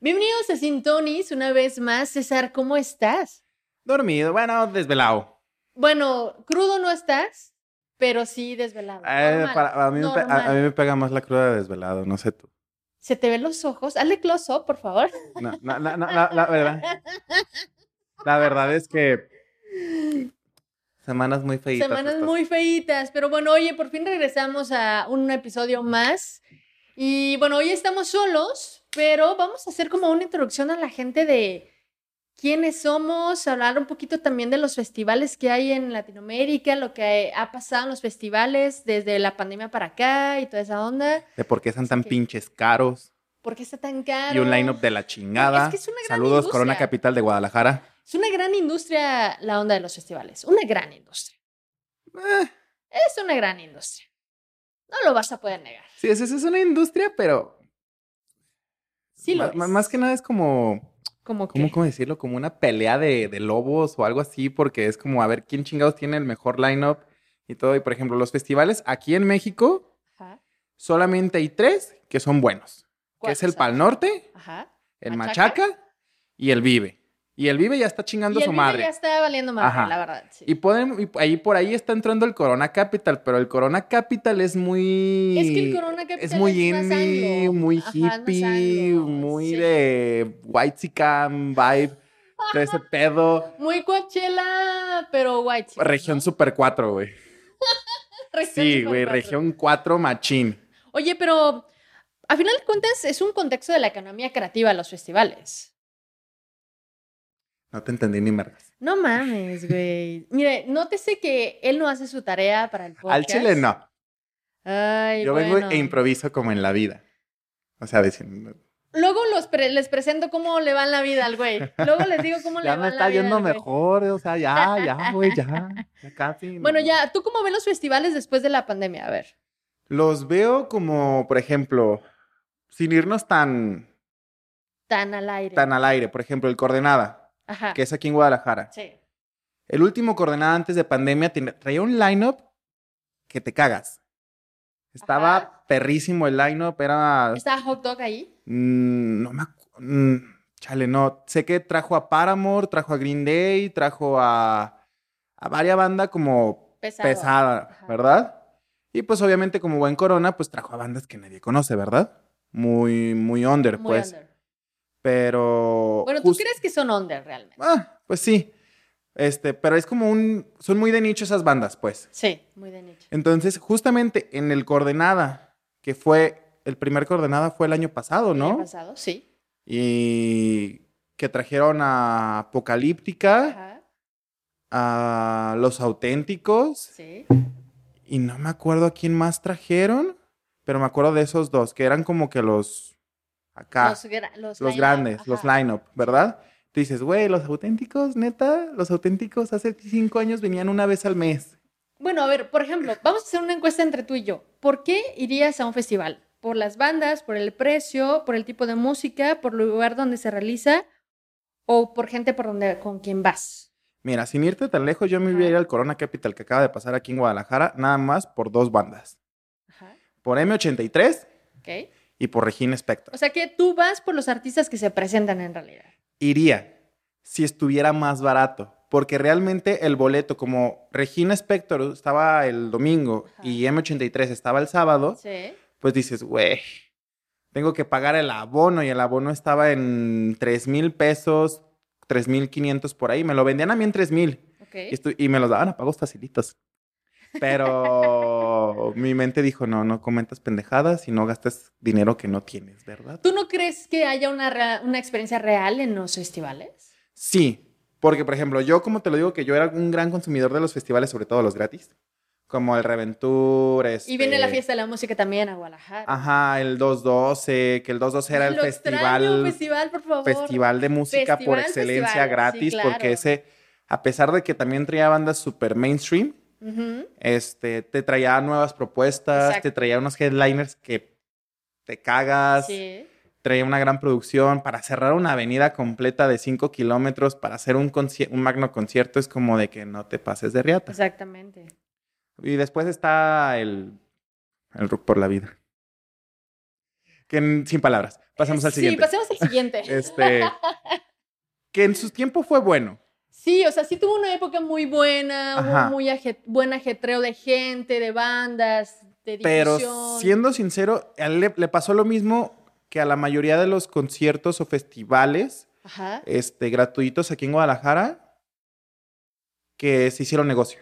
Bienvenidos a Sintonis una vez más. César, ¿cómo estás? Dormido, bueno, desvelado. Bueno, crudo no estás, pero sí desvelado. Eh, Normal, para- a, mí me pe- a- normal. a mí me pega más la cruda de desvelado, no sé tú. Se te ven los ojos. Hazle close up, por favor. No, no, no, no, la, la verdad. La verdad es que. Semanas muy feitas. Semanas estas. muy feitas. Pero bueno, oye, por fin regresamos a un episodio más. Y bueno, hoy estamos solos, pero vamos a hacer como una introducción a la gente de quiénes somos, hablar un poquito también de los festivales que hay en Latinoamérica, lo que ha pasado en los festivales desde la pandemia para acá y toda esa onda. De por qué están tan que- pinches caros. ¿Por qué está tan caro? Y un lineup de la chingada. Es que es una gran Saludos, Corona industria. Capital de Guadalajara. Es una gran industria la onda de los festivales, una gran industria. Eh, Es una gran industria. No lo vas a poder negar. sí, es, es una industria, pero. Sí lo ma- es. ma- más que nada es como. Como que... ¿Cómo, cómo decirlo? Como una pelea de, de lobos o algo así, porque es como a ver quién chingados tiene el mejor lineup y todo. Y por ejemplo, los festivales aquí en México Ajá. solamente hay tres que son buenos, que es el ¿Cuántos Pal Norte, años? Ajá. el Machaca. Machaca, y el Vive. Y el Vive ya está Y chingando el su Vive madre. ya está valiendo madre, Ajá. la verdad. sí. Y, pueden, y ahí por ahí está entrando el Corona Capital, pero el Corona Capital es muy... es que el Corona Capital es muy más indie, anglo. muy Ajá, es más hippie, anglo, muy sí. de white vibe, todo ese pedo. Muy Coachella, pero white. chico, Región ¿no? Super 4, güey. Región Sí, Super güey, cuatro. región 4 machín. Oye, pero a final de cuentas es un contexto de la economía creativa los festivales. No te entendí ni mergas. No mames, güey. Mire, nótese que él no hace su tarea para el podcast. Al chile no. Ay, Yo bueno. vengo e improviso como en la vida. O sea, diciendo, Luego los pre- les presento cómo le va en la vida al güey. Luego les digo cómo le va ya en me la está vida yendo al güey. mejor, o sea, ya, ya, güey, ya, ya casi. Bueno, no. ya, ¿tú cómo ves los festivales después de la pandemia? A ver. Los veo como, por ejemplo, sin irnos tan, Tan al aire. tan al aire. Por ejemplo, el Coordenada, Ajá. que es aquí en Guadalajara. Sí. El último coordenada antes de pandemia ten- traía un lineup que te cagas. Estaba Ajá. perrísimo el lineup, era. ¿Está hot dog ahí? mm, no me acu- mm, Chale, no. Sé que trajo a Paramore, trajo a Green Day, trajo a. a varias bandas como Pesado. pesada, Ajá. ¿verdad? Y pues obviamente, como buen corona, pues trajo a bandas que nadie conoce, ¿verdad? Muy, muy under, Muy pues. under. Pero. Bueno, ¿tú jus- crees que son under realmente? Ah, pues sí. Este, pero es como un. Son muy de nicho esas bandas, pues. Sí, muy de nicho. Entonces, justamente en el coordenada, que fue. El primer coordenada fue el año pasado, ¿El año ¿no? pasado? Sí. Y que trajeron a Apocalíptica, Ajá. a Los Auténticos, Sí. y no me acuerdo a quién más trajeron, pero me acuerdo de esos dos, que eran como que los. Acá. Los, gra- los los line-up, grandes, ajá. los line-up, ¿verdad? Tú dices, güey, los auténticos, neta, los auténticos hace cinco años venían una vez al mes. Bueno, a ver, por ejemplo, vamos a hacer una encuesta entre tú y yo. ¿Por qué irías a un festival? ¿Por las bandas, por el precio, por el tipo de música, por el lugar donde se realiza o por gente por donde, con quien vas? Mira, sin irte tan lejos, yo me Ajá. voy a ir al Corona Capital que acaba de pasar aquí en Guadalajara, nada más por dos bandas, Ajá. por M83 ¿Ok? y por Regina Spector. O sea que tú vas por los artistas que se presentan en realidad. Iría si estuviera más barato, porque realmente el boleto, como Regina Spector estaba el domingo Ajá. y M83 estaba el sábado, Sí. pues dices, güey, tengo que pagar el abono y el abono estaba en 3 mil pesos, 3 mil 500 por ahí. Me lo vendían a mí en 3 mil Ok. y, estu- y me los daban a pagos facilitos. Pero mi mente dijo, no, no comentas pendejadas y no gastes dinero que no tienes, ¿verdad? ¿Tú no crees que haya una, rea- una experiencia real en los festivales? Sí, porque por ejemplo, yo como te lo digo que yo era un gran consumidor de los festivales, sobre todo los gratis, como el Reventur, Y viene la este, fiesta de la música también a Guadalajara. Ajá, el 212, que el 212 era el Lo festival extraño, festival, por favor. festival de música por Festival, excelencia festival, sí, gratis, claro. porque ese, a pesar de que también traía bandas super mainstream, Ujú. este, te traía nuevas propuestas, Exacto. te traía unos headliners que te cagas, Sí. traía una gran producción. Para cerrar una avenida completa de 5 kilómetros, para hacer un, conci- un magno concierto, es como de que no te pases de riata. Exactamente. Y después está el, el Rook por la vida. Que, en- sin palabras. Pasemos al Sí, siguiente. pasemos al siguiente. Este, que en su tiempo fue bueno. Sí, o sea, sí tuvo una época muy buena, Ajá. hubo muy aje- buen ajetreo de gente, de bandas, de Pero difusión. siendo sincero, a él le, le pasó lo mismo que a la mayoría de los conciertos o festivales Ajá. este, gratuitos aquí en Guadalajara que se hicieron negocio.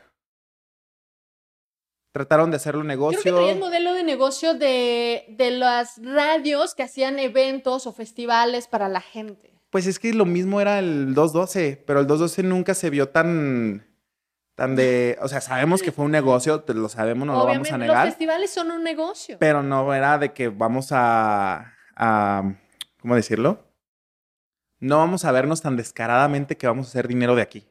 Trataron de hacerlo negocio. Creo que traía el modelo de negocio de, de las radios que hacían eventos o festivales para la gente. Pues es que lo mismo era el 212, pero el 212 nunca se vio tan, tan de, o sea, sabemos que fue un negocio, te lo sabemos, no Obviamente, lo vamos a los negar, festivales son un negocio. pero no era de que vamos a, a- ¿cómo decirlo? No vamos a vernos tan descaradamente que vamos a hacer dinero de aquí,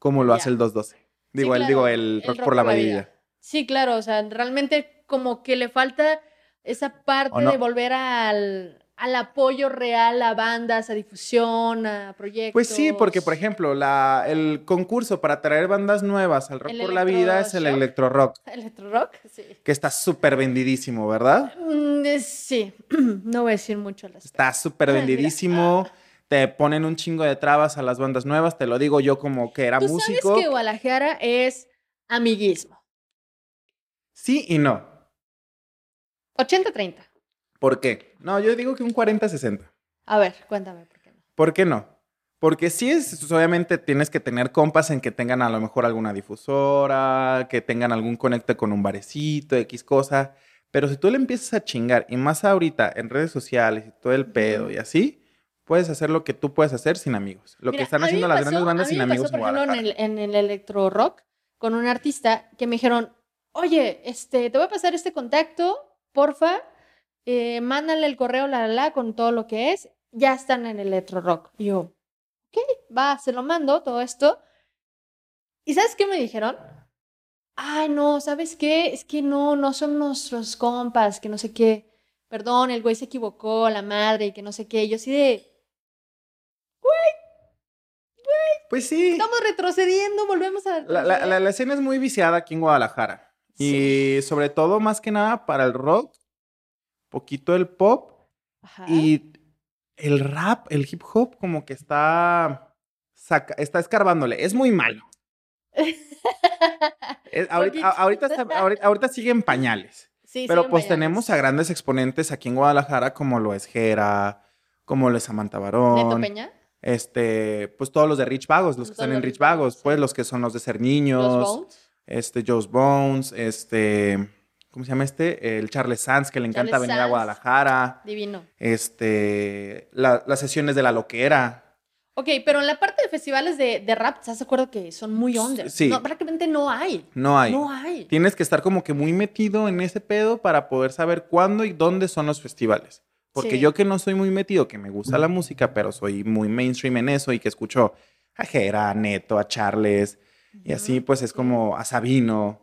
como lo Ya. hace el 212. Digo, claro, el, digo el, rock por la vida. Bahía. Sí, claro, o sea, realmente como que le falta esa parte O no. de volver al, al apoyo real a bandas, a difusión, a proyectos. Pues sí, porque por ejemplo, la, el concurso para traer bandas nuevas al rock El por la vida es el electroshock. electro rock, Electro rock, sí. que está súper vendidísimo, ¿verdad? Mm, eh, sí, no voy a decir mucho al respecto. Está súper Mira. vendidísimo. Te ponen un chingo de trabas a las bandas nuevas. Te lo digo yo como que era Tú músico. sabes que Guadalajara es amiguismo. Sí y no. 80-30. ¿Por qué? No, yo digo que un 40-60. A ver, cuéntame por qué no. ¿Por qué no? Porque sí es, pues, obviamente tienes que tener compas en que tengan a lo mejor alguna difusora, que tengan algún conecte con un barecito, X cosa. Pero si tú le empiezas a chingar, y más ahorita en redes sociales y todo el pedo y así, puedes hacer lo que tú puedes hacer sin amigos. Lo Mira, que están a mí haciendo me las pasó- grandes a bandas mí sin me amigos pasó, en por ejemplo, en Guadalajara. el, en el electro rock con un artista que me dijeron, oye, este, te voy a pasar este contacto, porfa, eh, mándale el correo, la, la, la, con todo lo que es, ya están en el electro rock. Y yo, ok, va, se lo mando, todo esto. ¿Y sabes qué me dijeron? Ay, no, ¿sabes qué? Es que no, no son nuestros compas, que no sé qué. Perdón, el güey se equivocó, la madre, y que no sé qué. Yo sí de... Pues sí. Estamos retrocediendo, volvemos a. La, la- la- la escena es muy viciada aquí en Guadalajara. Y sobre todo, más que nada, para el rock, poquito el pop Ajá. y el rap, el hip hop, como que está, saca- está escarbándole. Es muy malo. Es- ahorita, Poquito. a- ahorita, está- ahorita- ahorita sigue en pañales. Sí, pero sí, pues vaya. tenemos a grandes exponentes aquí en Guadalajara, como lo es Jera, como lo es Samantha Barón Neto Peña, este, pues todos los de Rich Vagos, los que Todos están los en de Rich Rich Vagos, Vagos, pues sí. los que son los de ser los niños, Bones. este, Joe's Bones, este, ¿cómo se llama este? El Charles Sanz, que le encanta Charles venir a Sanz. Guadalajara, Divino. este, la- las sesiones de la loquera. Ok, pero en la parte de festivales de, de rap, ¿estás de acuerdo que son muy under? Sí. No, prácticamente no hay. No hay. No hay. Tienes que estar como que muy metido en ese pedo para poder saber cuándo y dónde son los festivales. Porque Sí. yo que no soy muy metido, que me gusta la música, pero soy muy mainstream en eso y que escucho a Jera, a Neto, a Charles, Y así, Mm, pues, es como a Sabino.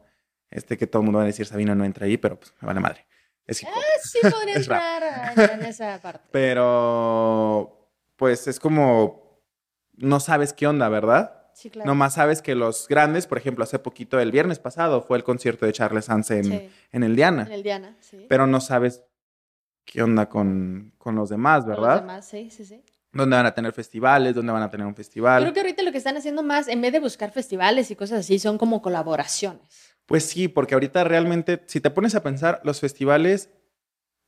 Este que todo el mundo va a decir, Sabino no entra ahí, pero pues me vale madre. Es hip hop. pues Sí, podría Es rap. entrar a- en esa parte. Pero, pues, es como... No sabes qué onda, ¿verdad? Sí, claro. Nomás sabes que los grandes, por ejemplo, hace poquito, el viernes pasado, fue el concierto de Charles Sanz en, Sí, en el Diana. en el Diana, sí. Pero no sabes qué onda con, con los demás, Con los ¿verdad? demás, sí, sí, sí. ¿Dónde van a tener festivales? ¿Dónde van a tener un festival? Creo que ahorita lo que están haciendo más, en vez de buscar festivales y cosas así, son como colaboraciones. Pues sí, porque ahorita realmente, si te pones a pensar, los festivales,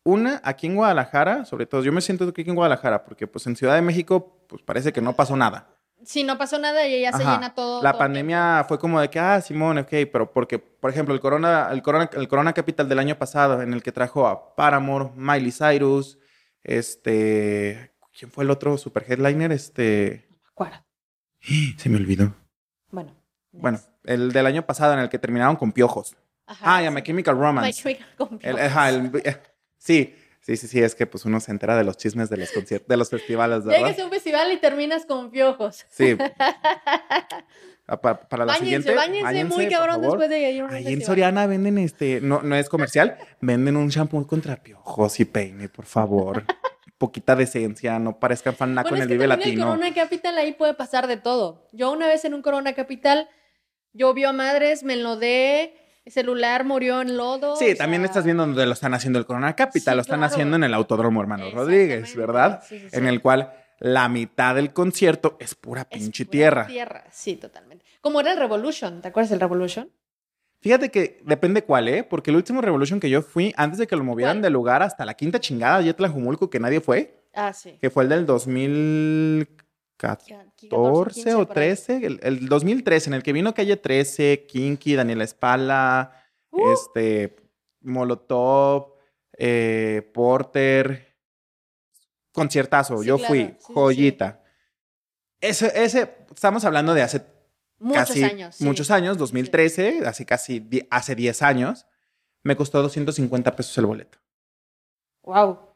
una, aquí en Guadalajara, sobre todo, yo me siento aquí en Guadalajara, porque pues en Ciudad de México, pues parece que no pasó nada. Si no pasó nada y ya se Ajá. llena todo. La todo pandemia fue como de que, ah, Simón, ok, pero porque, por ejemplo, el Corona, el Corona, el Corona Capital del año pasado, en el que trajo a Paramore, Miley Cyrus, este, ¿quién fue el otro super headliner? bien. Este, Acuerdo. se me olvidó. Bueno. Bueno, next. el del año pasado, en el que terminaron con piojos. Ajá, Ah, ya, sí. My Chemical Romance. My Chemical Romance. El- ajá, el- eh, sí, sí, sí, sí, es que pues uno se entera de los chismes de los conciertos, de los festivales, Llegas ¿verdad? a un festival y terminas con piojos. Sí. Ah, pa- para la Báñense, siguiente. báñense muy por cabrón favor. después de ir a un Ahí en festival. Soriana venden este, no, no es comercial, venden un shampoo contra piojos y peine, por favor. Poquita decencia, no parezcan fanaco Bueno, es en el que Vive también el Latino. Corona Capital ahí puede pasar de todo. Yo una vez en un Corona Capital, yo vio a madres, me lo de El celular murió en lodo. Sí, o también sea, estás viendo donde lo están haciendo el Corona Capital, Sí, lo están claro. haciendo en el Autódromo Hermano Rodríguez, exactamente. ¿verdad? Sí, sí, sí. En el cual la mitad del concierto es pura Es pinche pura tierra. Tierra, sí, totalmente. Como era el Revolution, ¿te acuerdas del Revolution? Fíjate que depende cuál, ¿eh? Porque el último Revolution que yo fui, antes de que lo movieran ¿Cuál? de lugar hasta la quinta chingada, ya Tlajumulco, que nadie fue, Ah, sí. que fue el del 2014 Ya, aquí 14 o por ahí. 13, el, el 2013, en el que vino Calle 13, Kinky, Daniela Espala, Uh. este, Molotov, eh, Porter, conciertazo, Sí, yo claro, fui, sí, sí, sí. joyita. Ese, ese, estamos hablando de hace Muchos casi años. sí. muchos años, 2013, hace casi die- hace 10 años, me costó 250 pesos el boleto. Wow. O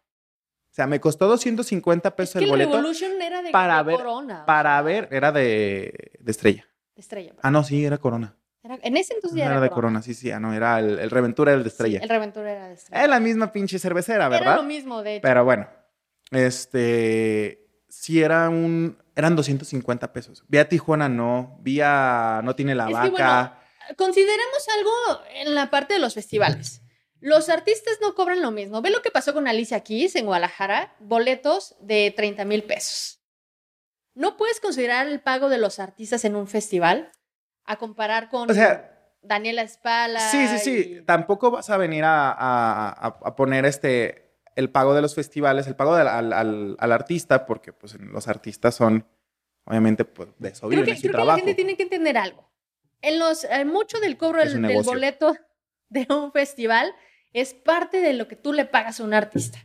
sea, me costó 250 Es pesos que el, el boleto Revolution era de, para de ver- Corona. o para sea, ver, era de, de estrella. de Estrella. pues. Ah, no, sí, era Corona. Era- en ese entonces pues, ya era, de corona. sí, sí, ah, no, era el, el Reventura, el de Sí, estrella. el Reventura era de Estrella. Es la misma pinche cervecera, Era lo ¿verdad? mismo, de hecho. Pero bueno, este, sí era un, eran 250 pesos. Vi a Tijuana, no, vi a No Tiene la Es que, Vaca. bueno, Consideremos algo en la parte de los festivales. Los artistas no cobran lo mismo. Ve lo que pasó con Alicia Keys en Guadalajara, boletos de 30 mil pesos. No puedes considerar el pago de los artistas en un festival a comparar con o sea, Daniela Espala. sí, sí, sí, tampoco vas a venir a, a- a- a poner este, el pago de los festivales, el pago del- al, al- al artista, porque pues los artistas son, obviamente, pues, de eso Creo viven, que, es su creo que la trabajo. gente tiene que entender algo. En los, eh, mucho del cobro Es del, un del negocio. boleto de un festival es parte de lo que tú le pagas a un artista.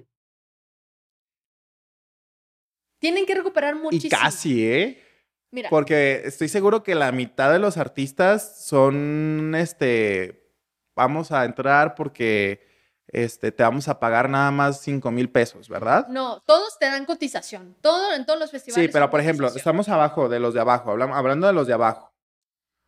Tienen que recuperar muchísimo. Y casi, ¿eh? Mira, Porque estoy seguro que la mitad de los artistas son, este, vamos a entrar porque, este, te vamos a pagar nada más 5 mil pesos, ¿verdad? no, todos te dan cotización. Todo, en todos los festivales. sí, pero son por ejemplo, cotización. estamos abajo de los de abajo, hablam- hablando de los de abajo.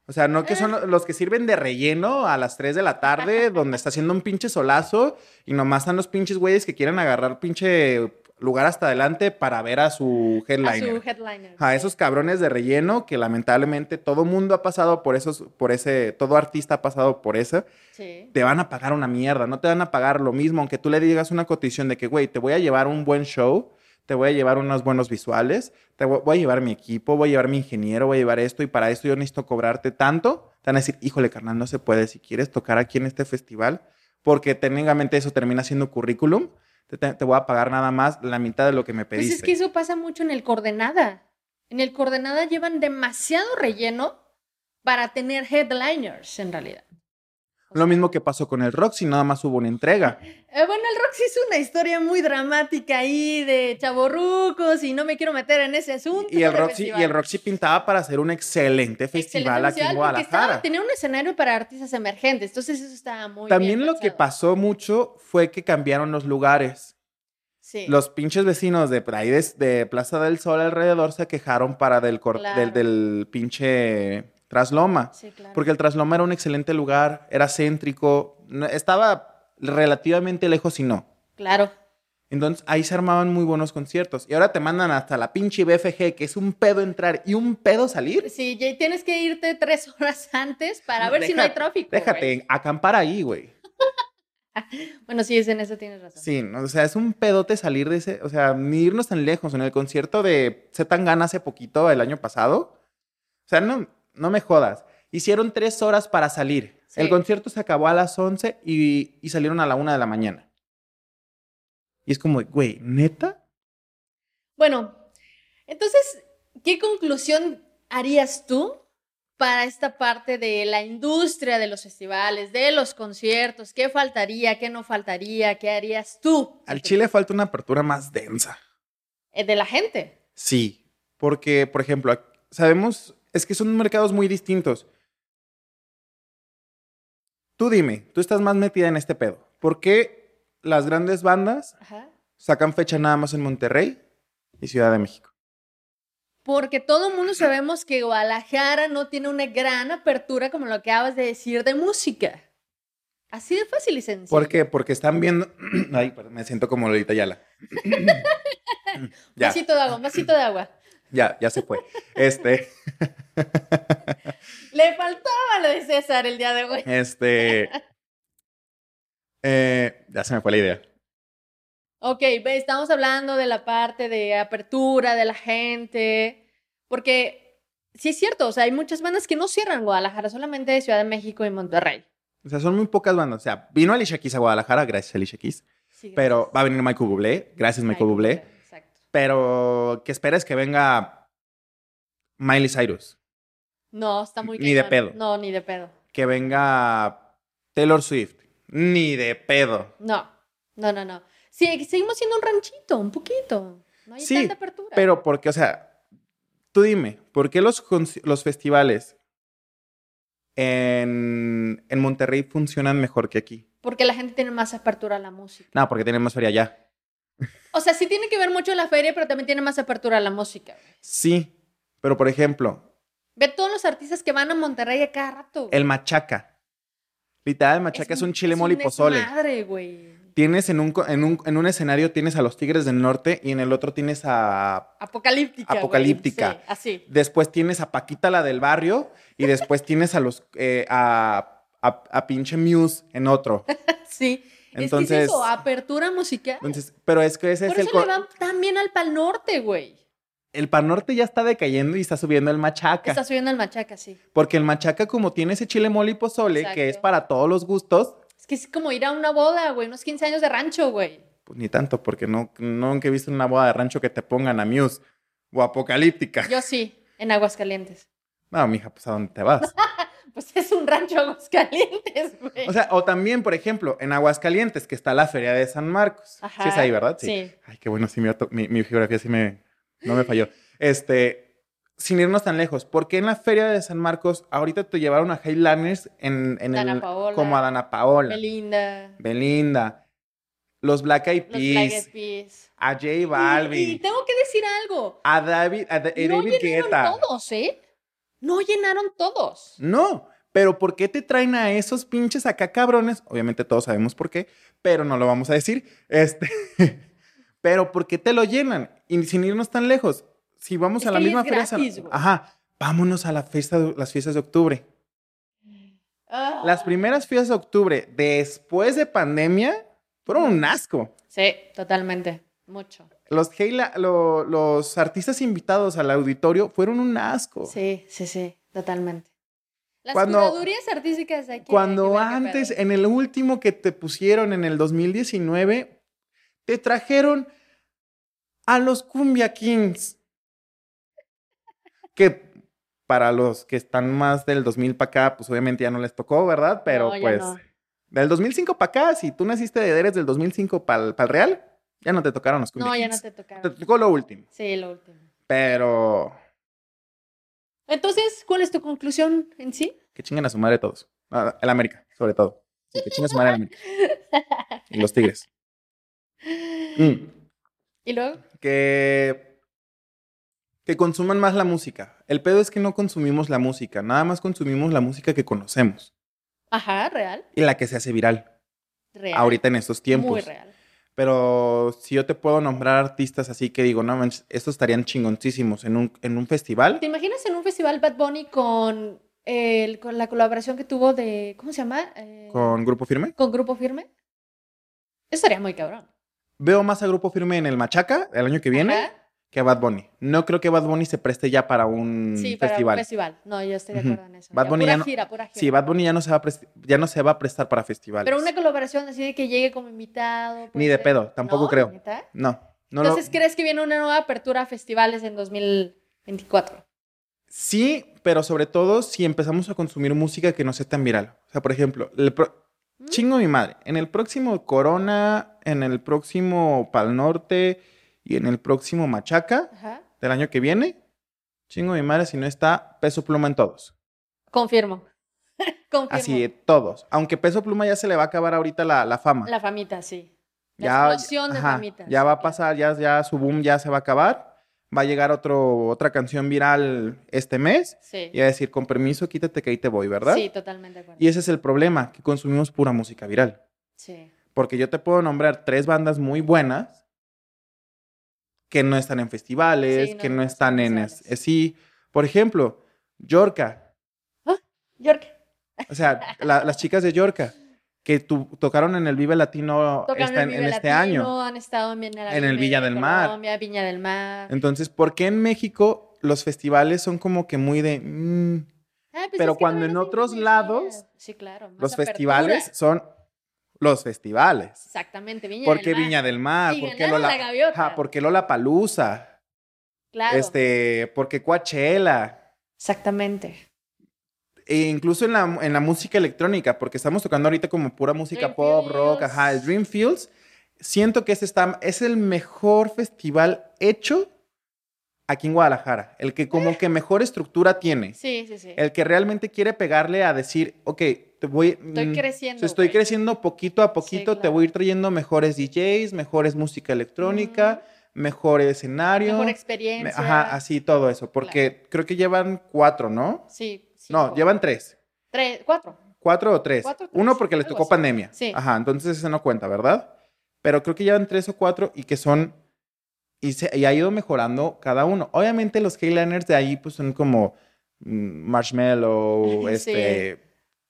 O sea, no que son lo- los que sirven de relleno a las 3 de la tarde, donde está haciendo un pinche solazo y nomás están los pinches güeyes que quieren agarrar pinche lugar hasta adelante para ver a su A headliner. su headliner. a sí. esos cabrones de relleno que lamentablemente todo mundo ha pasado por esos, por ese, todo artista ha pasado por eso, Sí. te van a pagar una mierda, no te van a pagar lo mismo, aunque tú le digas una cotización de que, güey, te voy a llevar un buen show, te voy a llevar unos buenos visuales, te vo- voy a llevar mi equipo, voy a llevar mi ingeniero, voy a llevar esto y para esto yo necesito cobrarte tanto, te van a decir, híjole, carnal, no se puede, si quieres tocar aquí en este festival, porque técnicamente eso termina siendo currículum, te, te- te voy a pagar nada más la mitad de lo que me Pues pediste. es que eso pasa mucho en el coordenada. En el coordenada llevan demasiado relleno para tener headliners, en realidad. Lo mismo que pasó con el Roxy, nada más hubo una entrega. Eh, bueno, el Roxy es una historia muy dramática ahí de chaborrucos y no me quiero meter en ese asunto. Y el, de Roxy, festival. y el Roxy pintaba para hacer un excelente Excelente festival aquí en festival, porque estaba- Guadalajara. Tenía un escenario para artistas emergentes, entonces eso estaba muy También bien lo que pensado. pasó mucho fue que cambiaron los lugares. Sí. Los pinches vecinos de por ahí de, de Plaza del Sol alrededor se quejaron para del, cor- Claro. del, del pinche Trasloma. Sí, claro. Porque el Trasloma era un excelente lugar, era céntrico, no- estaba relativamente lejos y no. Claro. Entonces ahí se armaban muy buenos conciertos. Y ahora te mandan hasta la pinche BFG, que es un pedo entrar y un pedo salir. Sí, ya tienes que irte tres horas antes para ver si no hay Deja- tráfico. Déjate güey. acampar ahí, güey. Bueno, sí, es en eso tienes razón. Sí, no, o sea, es un pedote salir de ese, o sea, ni irnos tan lejos. En el concierto de Zetangana hace poquito, el año pasado, o sea, no, no me jodas. Hicieron tres horas para salir. Sí. El concierto se acabó a las 11 y, y salieron a la una de la mañana. Y es como, güey, ¿neta? Bueno, entonces, ¿qué conclusión harías tú para esta parte de la industria de los festivales, de los conciertos? ¿Qué faltaría, qué no faltaría? ¿Qué harías tú? Al Chile falta una apertura más densa. Eh, De la gente. Sí, porque, por ejemplo, ac- sabemos, es que son mercados muy distintos. Tú dime, tú estás más metida en este pedo. ¿Por qué las grandes bandas Ajá. sacan fecha nada más en Monterrey y Ciudad de México? Porque todo el mundo sabemos que Guadalajara no tiene una gran apertura como lo que acabas de decir de música. Así de fácil y sencillo. ¿Por qué? Porque están viendo... Ay, perdón, me siento como Lolita Yala. ya, Vasito de agua, vasito de agua. ya, ya se fue. Este... Le faltaba lo de César el día de hoy. Este. eh, ya se me fue la idea. Ok, ve, estamos hablando de la parte de apertura de la gente, porque sí es cierto, o sea, hay muchas bandas que no cierran Guadalajara, solamente de Ciudad de México y Monterrey. O sea, son muy pocas bandas. O sea, vino Alicia Keys a Guadalajara, gracias Alicia Keys. Sí, gracias. Pero va a venir Michael Bublé, gracias Michael Ay, Bublé. Exacto. Pero que esperes que venga Miley Cyrus, No, está muy Ni de cañón. pedo. No, ni de pedo. que venga Taylor Swift. Ni de pedo. No, no, no, no. Sí, seguimos siendo un ranchito, un poquito. No hay Sí, tanta apertura. Pero porque, o sea, tú dime, ¿por qué los, conci- los festivales en, en Monterrey funcionan mejor que aquí? Porque la gente tiene más apertura a la música. No, porque tienen más feria allá. O sea, sí tiene que ver mucho la feria, pero también tiene más apertura a la música. güey. Sí, pero por ejemplo, Ve todos los artistas que van a Monterrey a cada rato. el machaca. Literal, el machaca es, un chile mole y pozole. Madre, güey. Tienes en un, co- en, un, en un escenario tienes a los Tigres del Norte y en el otro tienes a... Apocalíptica. güey. Apocalíptica. Sí, así. Después tienes a Paquita, la del barrio, y después tienes a los... eh, a, a, a pinche Muse en otro. Sí. es que es Entonces, eso, apertura musical. entonces pero es que ese Por es el... eso co- le van tan bien al Pal Norte, güey. El Pan Norte ya está decayendo y está subiendo el machaca. Está subiendo el machaca, sí. Porque el machaca, como tiene ese chile mole y pozole, que es Exacto. para todos los gustos, Es que es como ir a una boda, güey. Unos 15 años de rancho, güey. Pues ni tanto, porque no, nunca he visto en una boda de rancho que te pongan a Muse o Apocalíptica. Yo sí, en Aguascalientes. No, mija, pues a dónde te vas. Pues es un rancho Aguascalientes, güey. O sea, o también, por ejemplo, en Aguascalientes, que está la Feria de San Marcos. Ajá, Sí es ahí, ¿verdad? sí. Ay, qué bueno, sí, mi, dato- mi, mi geografía sí me, no me falló. Este, sin irnos tan lejos, ¿por qué en la Feria de San Marcos ahorita te llevaron a Highlanders en, en Dana el, Paola, como a Dana Paola, Belinda, Belinda, los Black Eyed los Black Eyed Peas, Peas. a J Y, y Balvin, tengo que decir algo. a David, a, Eh, David no llenaron Guetta. todos, ¿eh? No llenaron todos. No, pero ¿por qué te traen a esos pinches acá cabrones? Obviamente todos sabemos por qué, pero no lo vamos a decir. Este, pero ¿por qué te lo llenan? Y sin irnos tan lejos, si vamos Es a que la ahí misma es fiesta, gratis, güey. ajá, vámonos a la fiesta, de- las fiestas de octubre. Ah. Las primeras fiestas de octubre después de pandemia fueron un asco. Sí, totalmente. Mucho. Los, Heila- lo- los artistas invitados al auditorio fueron un asco. Sí, sí, sí, totalmente. Las Cuando- curadurías artísticas hay que- hay que Cuando ver qué antes, pedo. en el último que te pusieron en el 2019, te trajeron a los Cumbia Kings. Que para los que están más del 2000 para acá, pues obviamente ya no les tocó, ¿verdad? Pero No, ya pues no. del 2005 para acá, si tú naciste de eres del 2005 para el Real, ya no te tocaron los Cumbia No, ya no Kings. te te... tocaron. tocó lo último. Sí, lo último. Pero Entonces, ¿cuál es tu conclusión en sí? que chingan a su madre todos. Ah, El América, sobre todo. Sí, que chingan a su madre el América. Y los Tigres. Mm. Y luego, que que consuman más la música. El pedo es que no consumimos la música, nada más consumimos la música que conocemos ajá, real, y la que se hace viral real. ahorita en estos tiempos. Muy real. Pero si yo te puedo nombrar artistas así que digo, no manches, estos estarían chingoncísimos en un, en un festival. ¿Te imaginas en un festival Bad Bunny con, el, con la colaboración que tuvo de, ¿cómo se llama? Eh, Con Grupo Firme. con Grupo Firme. Eso estaría muy cabrón. Veo más a Grupo Firme en el Machaca el año que viene Ajá. que a Bad Bunny. No creo que Bad Bunny se preste ya para un Sí, para Mm, festival. un festival. No, yo estoy de Ujú. acuerdo en eso. Bad Ya, Bunny pura ya no- gira, pura gira. Sí, Bad Bunny ya no se va a, prest- ya no se va a prestar para festivales. Pero una colaboración así de que llegue como invitado. puede Ni de ser. pedo, tampoco ¿No? creo. ¿Neta? No, no lo- Entonces, ¿crees que viene una nueva apertura a festivales en 2024? Sí, pero sobre todo si empezamos a consumir música que no sea tan viral. O sea, por ejemplo, el pro- ¿Mm? chingo mi madre, en el próximo Corona, en el próximo Pal Norte y en el próximo Machaca Ajá. del año que viene, chingo mi madre si no está Peso Pluma en todos. Confirmo. Confirmo. Así, eh, todos. Aunque Peso Pluma ya se le va a acabar ahorita la, la fama. La famita, sí. La ya, explosión de ajá, famitas. ya va a pasar, ya, ya su boom ya se va a acabar. Va a llegar otro, otra canción viral este mes Sí. y va a decir, con permiso, quítate que ahí te voy, ¿verdad? Sí, totalmente de acuerdo. Y ese es el problema, que consumimos pura música viral. Sí. Porque yo te puedo nombrar tres bandas muy buenas que no están en festivales, Sí, no, que no no son están en... comerciales. es- sí, por ejemplo, Yorka. York. O sea, la- las chicas de Yorka que tu- tocaron en el Vive Latino Tocaron esta- en, en, Vive este Latino, año. Han estado en, Bienal En el Villa del Mar. Colombia, Viña del Mar. Entonces, ¿por qué en México los festivales son como que muy de... mm, Ah, pues pero es que cuando traen en las otros influencias. lados, Sí, claro, más los apertura. festivales son los festivales? Exactamente, Viña ¿Por del qué Mar. Viña del Mar? Y ¿Por qué ganaron Lola, la gaviota. Ajá, ¿por qué Lollapalooza? Claro, Este, ¿Por qué Coachella? exactamente. E incluso en la, en la música electrónica, porque estamos tocando ahorita como pura música Dream pop, rock, Fields. ajá, el Dream Fields. Siento que ese está, es el mejor festival hecho aquí en Guadalajara, el que Eh. como que mejor estructura tiene, Sí, sí, sí. el que realmente quiere pegarle a decir, ok, te voy... mm, Estoy creciendo. so estoy güey. creciendo poquito a poquito, te claro. voy a ir trayendo mejores DJs, mejores música electrónica, mejor escenario. Mejor me- experiencia. ajá, así todo eso, porque creo que llevan cuatro, ¿no? Sí. No, cinco, llevan tres. Tres, cuatro. Cuatro o tres. Cuatro o tres, Uno porque les algo tocó así. pandemia. Sí. Ajá, entonces ese no cuenta, ¿verdad? Pero creo que llevan tres o cuatro y que son... Y, se- y ha ido mejorando cada uno. Obviamente los Keyliners de ahí pues son como mm, Marshmallow, Sí. este,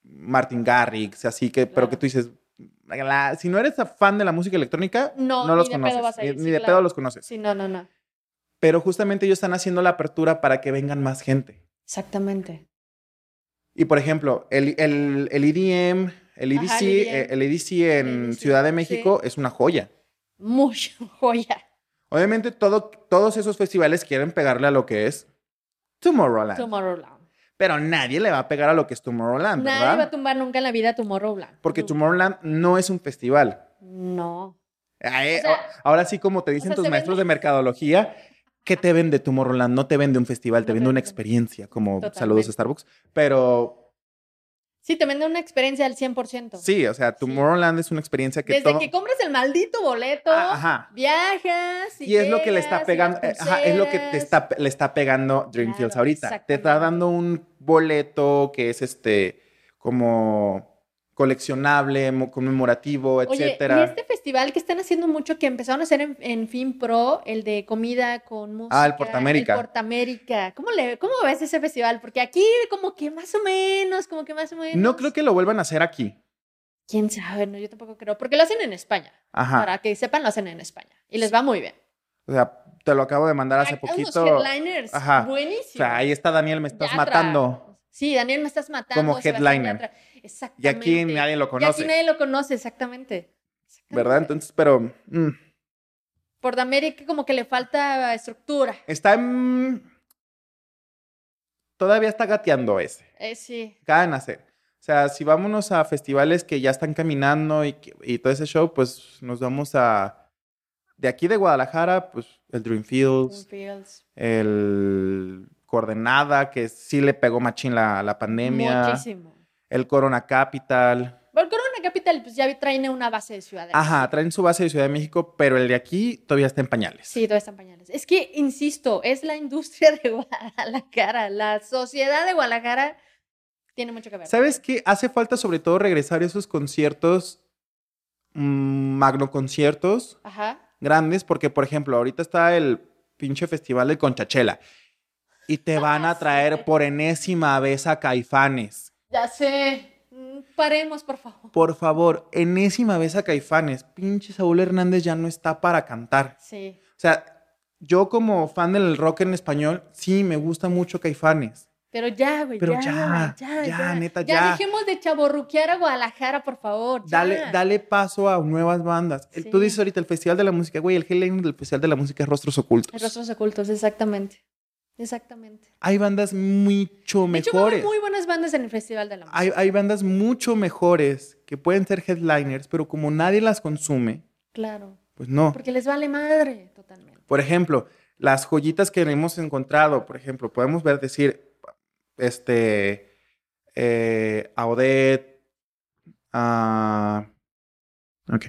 Martin Garrix, así que, pero Claro. que tú dices, la- si no eres fan de la música electrónica, no, No, los ni de pedo conoces. vas a ir, ni sí, ni de claro. pedo los conoces. Sí, no, no, no. Pero justamente ellos están haciendo la apertura para que vengan más gente. Exactamente. Y por ejemplo, el, el, el EDM, el EDC, Ajá, el EDM. eh, el EDC en El E EDC, Ciudad de México es una joya. Muy joya. Obviamente todo, todos esos festivales quieren pegarle a lo que es Tomorrowland. Tomorrowland. pero nadie le va a pegar a lo que es Tomorrowland, Nadie Ah, ¿verdad? va a tumbar nunca en la vida Tomorrowland. Porque Nunca. Tomorrowland no es un festival. No. Ay, O sea, o- ahora sí, como te dicen sea, tus se maestros vende- de mercadología, ¿qué te vende Tomorrowland? No te vende un festival, No te te vende una vende. experiencia, como Totalmente. saludos a Starbucks. Pero Sí, te vende una experiencia al 100%. sí, o sea, Tomorrowland es una experiencia que Desde todo- que compras el maldito boleto, Ah, ajá. viajas y, Y es lo que le llegas, está y pegando, las eh, ajá, es lo que te pulseras. está, pe- le está pegando Dreamfields Claro, ahorita. Te está exactamente. dando un boleto que es este como coleccionable, mo- conmemorativo, etcétera. Oye, y este festival que están haciendo mucho, que empezaron a hacer en, en FinPro, el de comida con música. Ah, el Portamérica. El Portamérica. ¿Cómo, le, ¿Cómo ves ese festival? Porque aquí como que más o menos, como que más o menos. No creo que lo vuelvan a hacer aquí. ¿Quién sabe? No, yo tampoco creo. Porque lo hacen en España. Ajá. Para que sepan, lo hacen en España. Y les va muy bien. O sea, te lo acabo de mandar hace Hay unos poquito. O headliners. Ajá. Buenísimos. sea, ahí está Daniel, me estás Yatra. matando. Sí, Daniel, me estás matando. Como Sebastián headliner. Yatra. Exactamente. Y aquí nadie lo Y aquí conoce, nadie lo conoce, exactamente. Exactamente. ¿verdad? Entonces, pero mm, Portamérica como que le falta estructura. está en- todavía está gateando ese. Eh, sí. acaban de hacer. O sea, si vámonos a festivales que ya están caminando y, que- y todo ese show, pues nos vamos a... De aquí de Guadalajara, pues el Dream Fields, Fields. el Coordenada, que sí le pegó machín la, la pandemia, Muchísimo. el Corona Capital. Pero Corona Capital, pues ya vi- traen una base de ciudadanos. Ajá, traen su base de Ciudad de México, pero el de aquí todavía está en pañales. Sí, todo está en pañales. Es que, insisto, es la industria de Guadalajara. La sociedad de Guadalajara tiene mucho que ver. ¿Sabes qué? Hace falta sobre todo regresar a esos conciertos, mm, magnoconciertos, Ajá. grandes, porque por ejemplo, ahorita está el pinche festival de Conchachela y Ah, te van a traer por enésima vez a Caifanes. Ya sé. Mm, Paremos, por favor. Por favor, enésima vez a Caifanes. Pinche Saúl Hernández ya no está para cantar. Sí. O sea, yo como fan del rock en español, sí, me gusta mucho Caifanes. Pero ya, güey. Pero ya, ya, güey, ya, neta, ya. Ya dejemos de chaborruquear a Guadalajara, por favor. ya. Dale, dale paso a nuevas bandas. El- Tú Sí. dices ahorita el Festival de la Música, güey, el headliner del Festival de la Música es Rostros Ocultos. Rostros ocultos, exactamente. Exactamente. Hay bandas mucho De hecho, va a haber mejores. muy buenas bandas en el Festival de la Música. hay, hay bandas mucho mejores que pueden ser headliners, pero como nadie las consume, Claro. pues no. Porque les vale madre, totalmente. Por ejemplo, las joyitas que hemos encontrado, por ejemplo, podemos ver decir, este, eh, a Odette, a... Ok,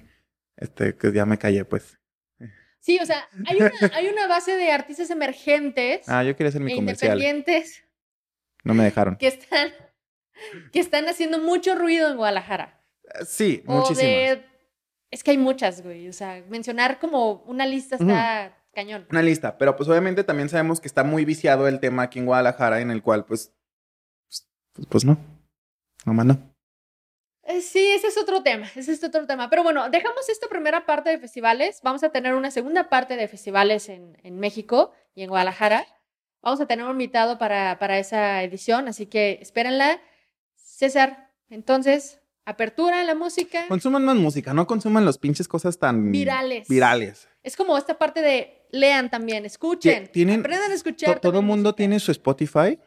este, que ya me callé, pues. Sí, o sea, hay una, hay una base de artistas emergentes Ah, yo quería hacer e mi comercial. independientes No me dejaron. que están, que están haciendo mucho ruido en Guadalajara. Sí, O muchísimas. de- es que hay muchas, güey. O sea, mencionar como una lista está cañón. Una lista, pero pues obviamente también sabemos que está muy viciado el tema aquí en Guadalajara, en el cual pues pues, pues no. Nomás no. Eh, Sí, ese es otro tema, ese es otro tema. Pero bueno, dejamos esta primera parte de festivales. Vamos a tener una segunda parte de festivales en, en México y en Guadalajara. Vamos a tener un invitado para, para esa edición, así que espérenla. César, entonces, apertura en la música, Consuman más música, no consuman las pinches cosas tan virales. virales. Es como esta parte de lean también, escuchen, Ti- tienen- aprendan a escuchar. To- Todo el también mundo música, tiene su Spotify.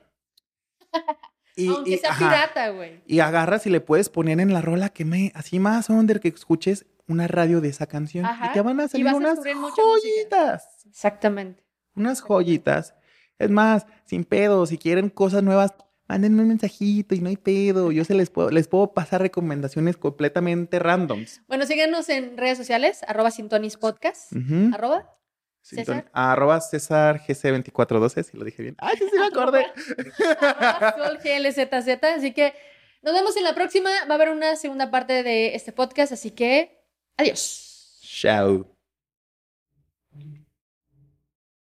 y, Aunque y- sea ajá. pirata, güey. Y agarras y le puedes poner en la rola que me, así más under que escuches una radio de esa canción. Ajá. Y te van a salir vas a unas descubrir mucha joyitas. Exactamente. Unas joyitas. Es más, sin pedo, si quieren cosas nuevas, mándenme un mensajito y no hay pedo. Yo se les puedo, les puedo pasar recomendaciones completamente randoms. Bueno, síganos en redes sociales, arroba Sintonis Podcast, Ujú. arroba Sinton- César. Arroba César GC2412, si lo dije bien. Ay, sí, sí me acordé. arroba Sol GLZZ. Así que nos vemos en la próxima. Va a haber una segunda parte de este podcast, así que adiós. Chao.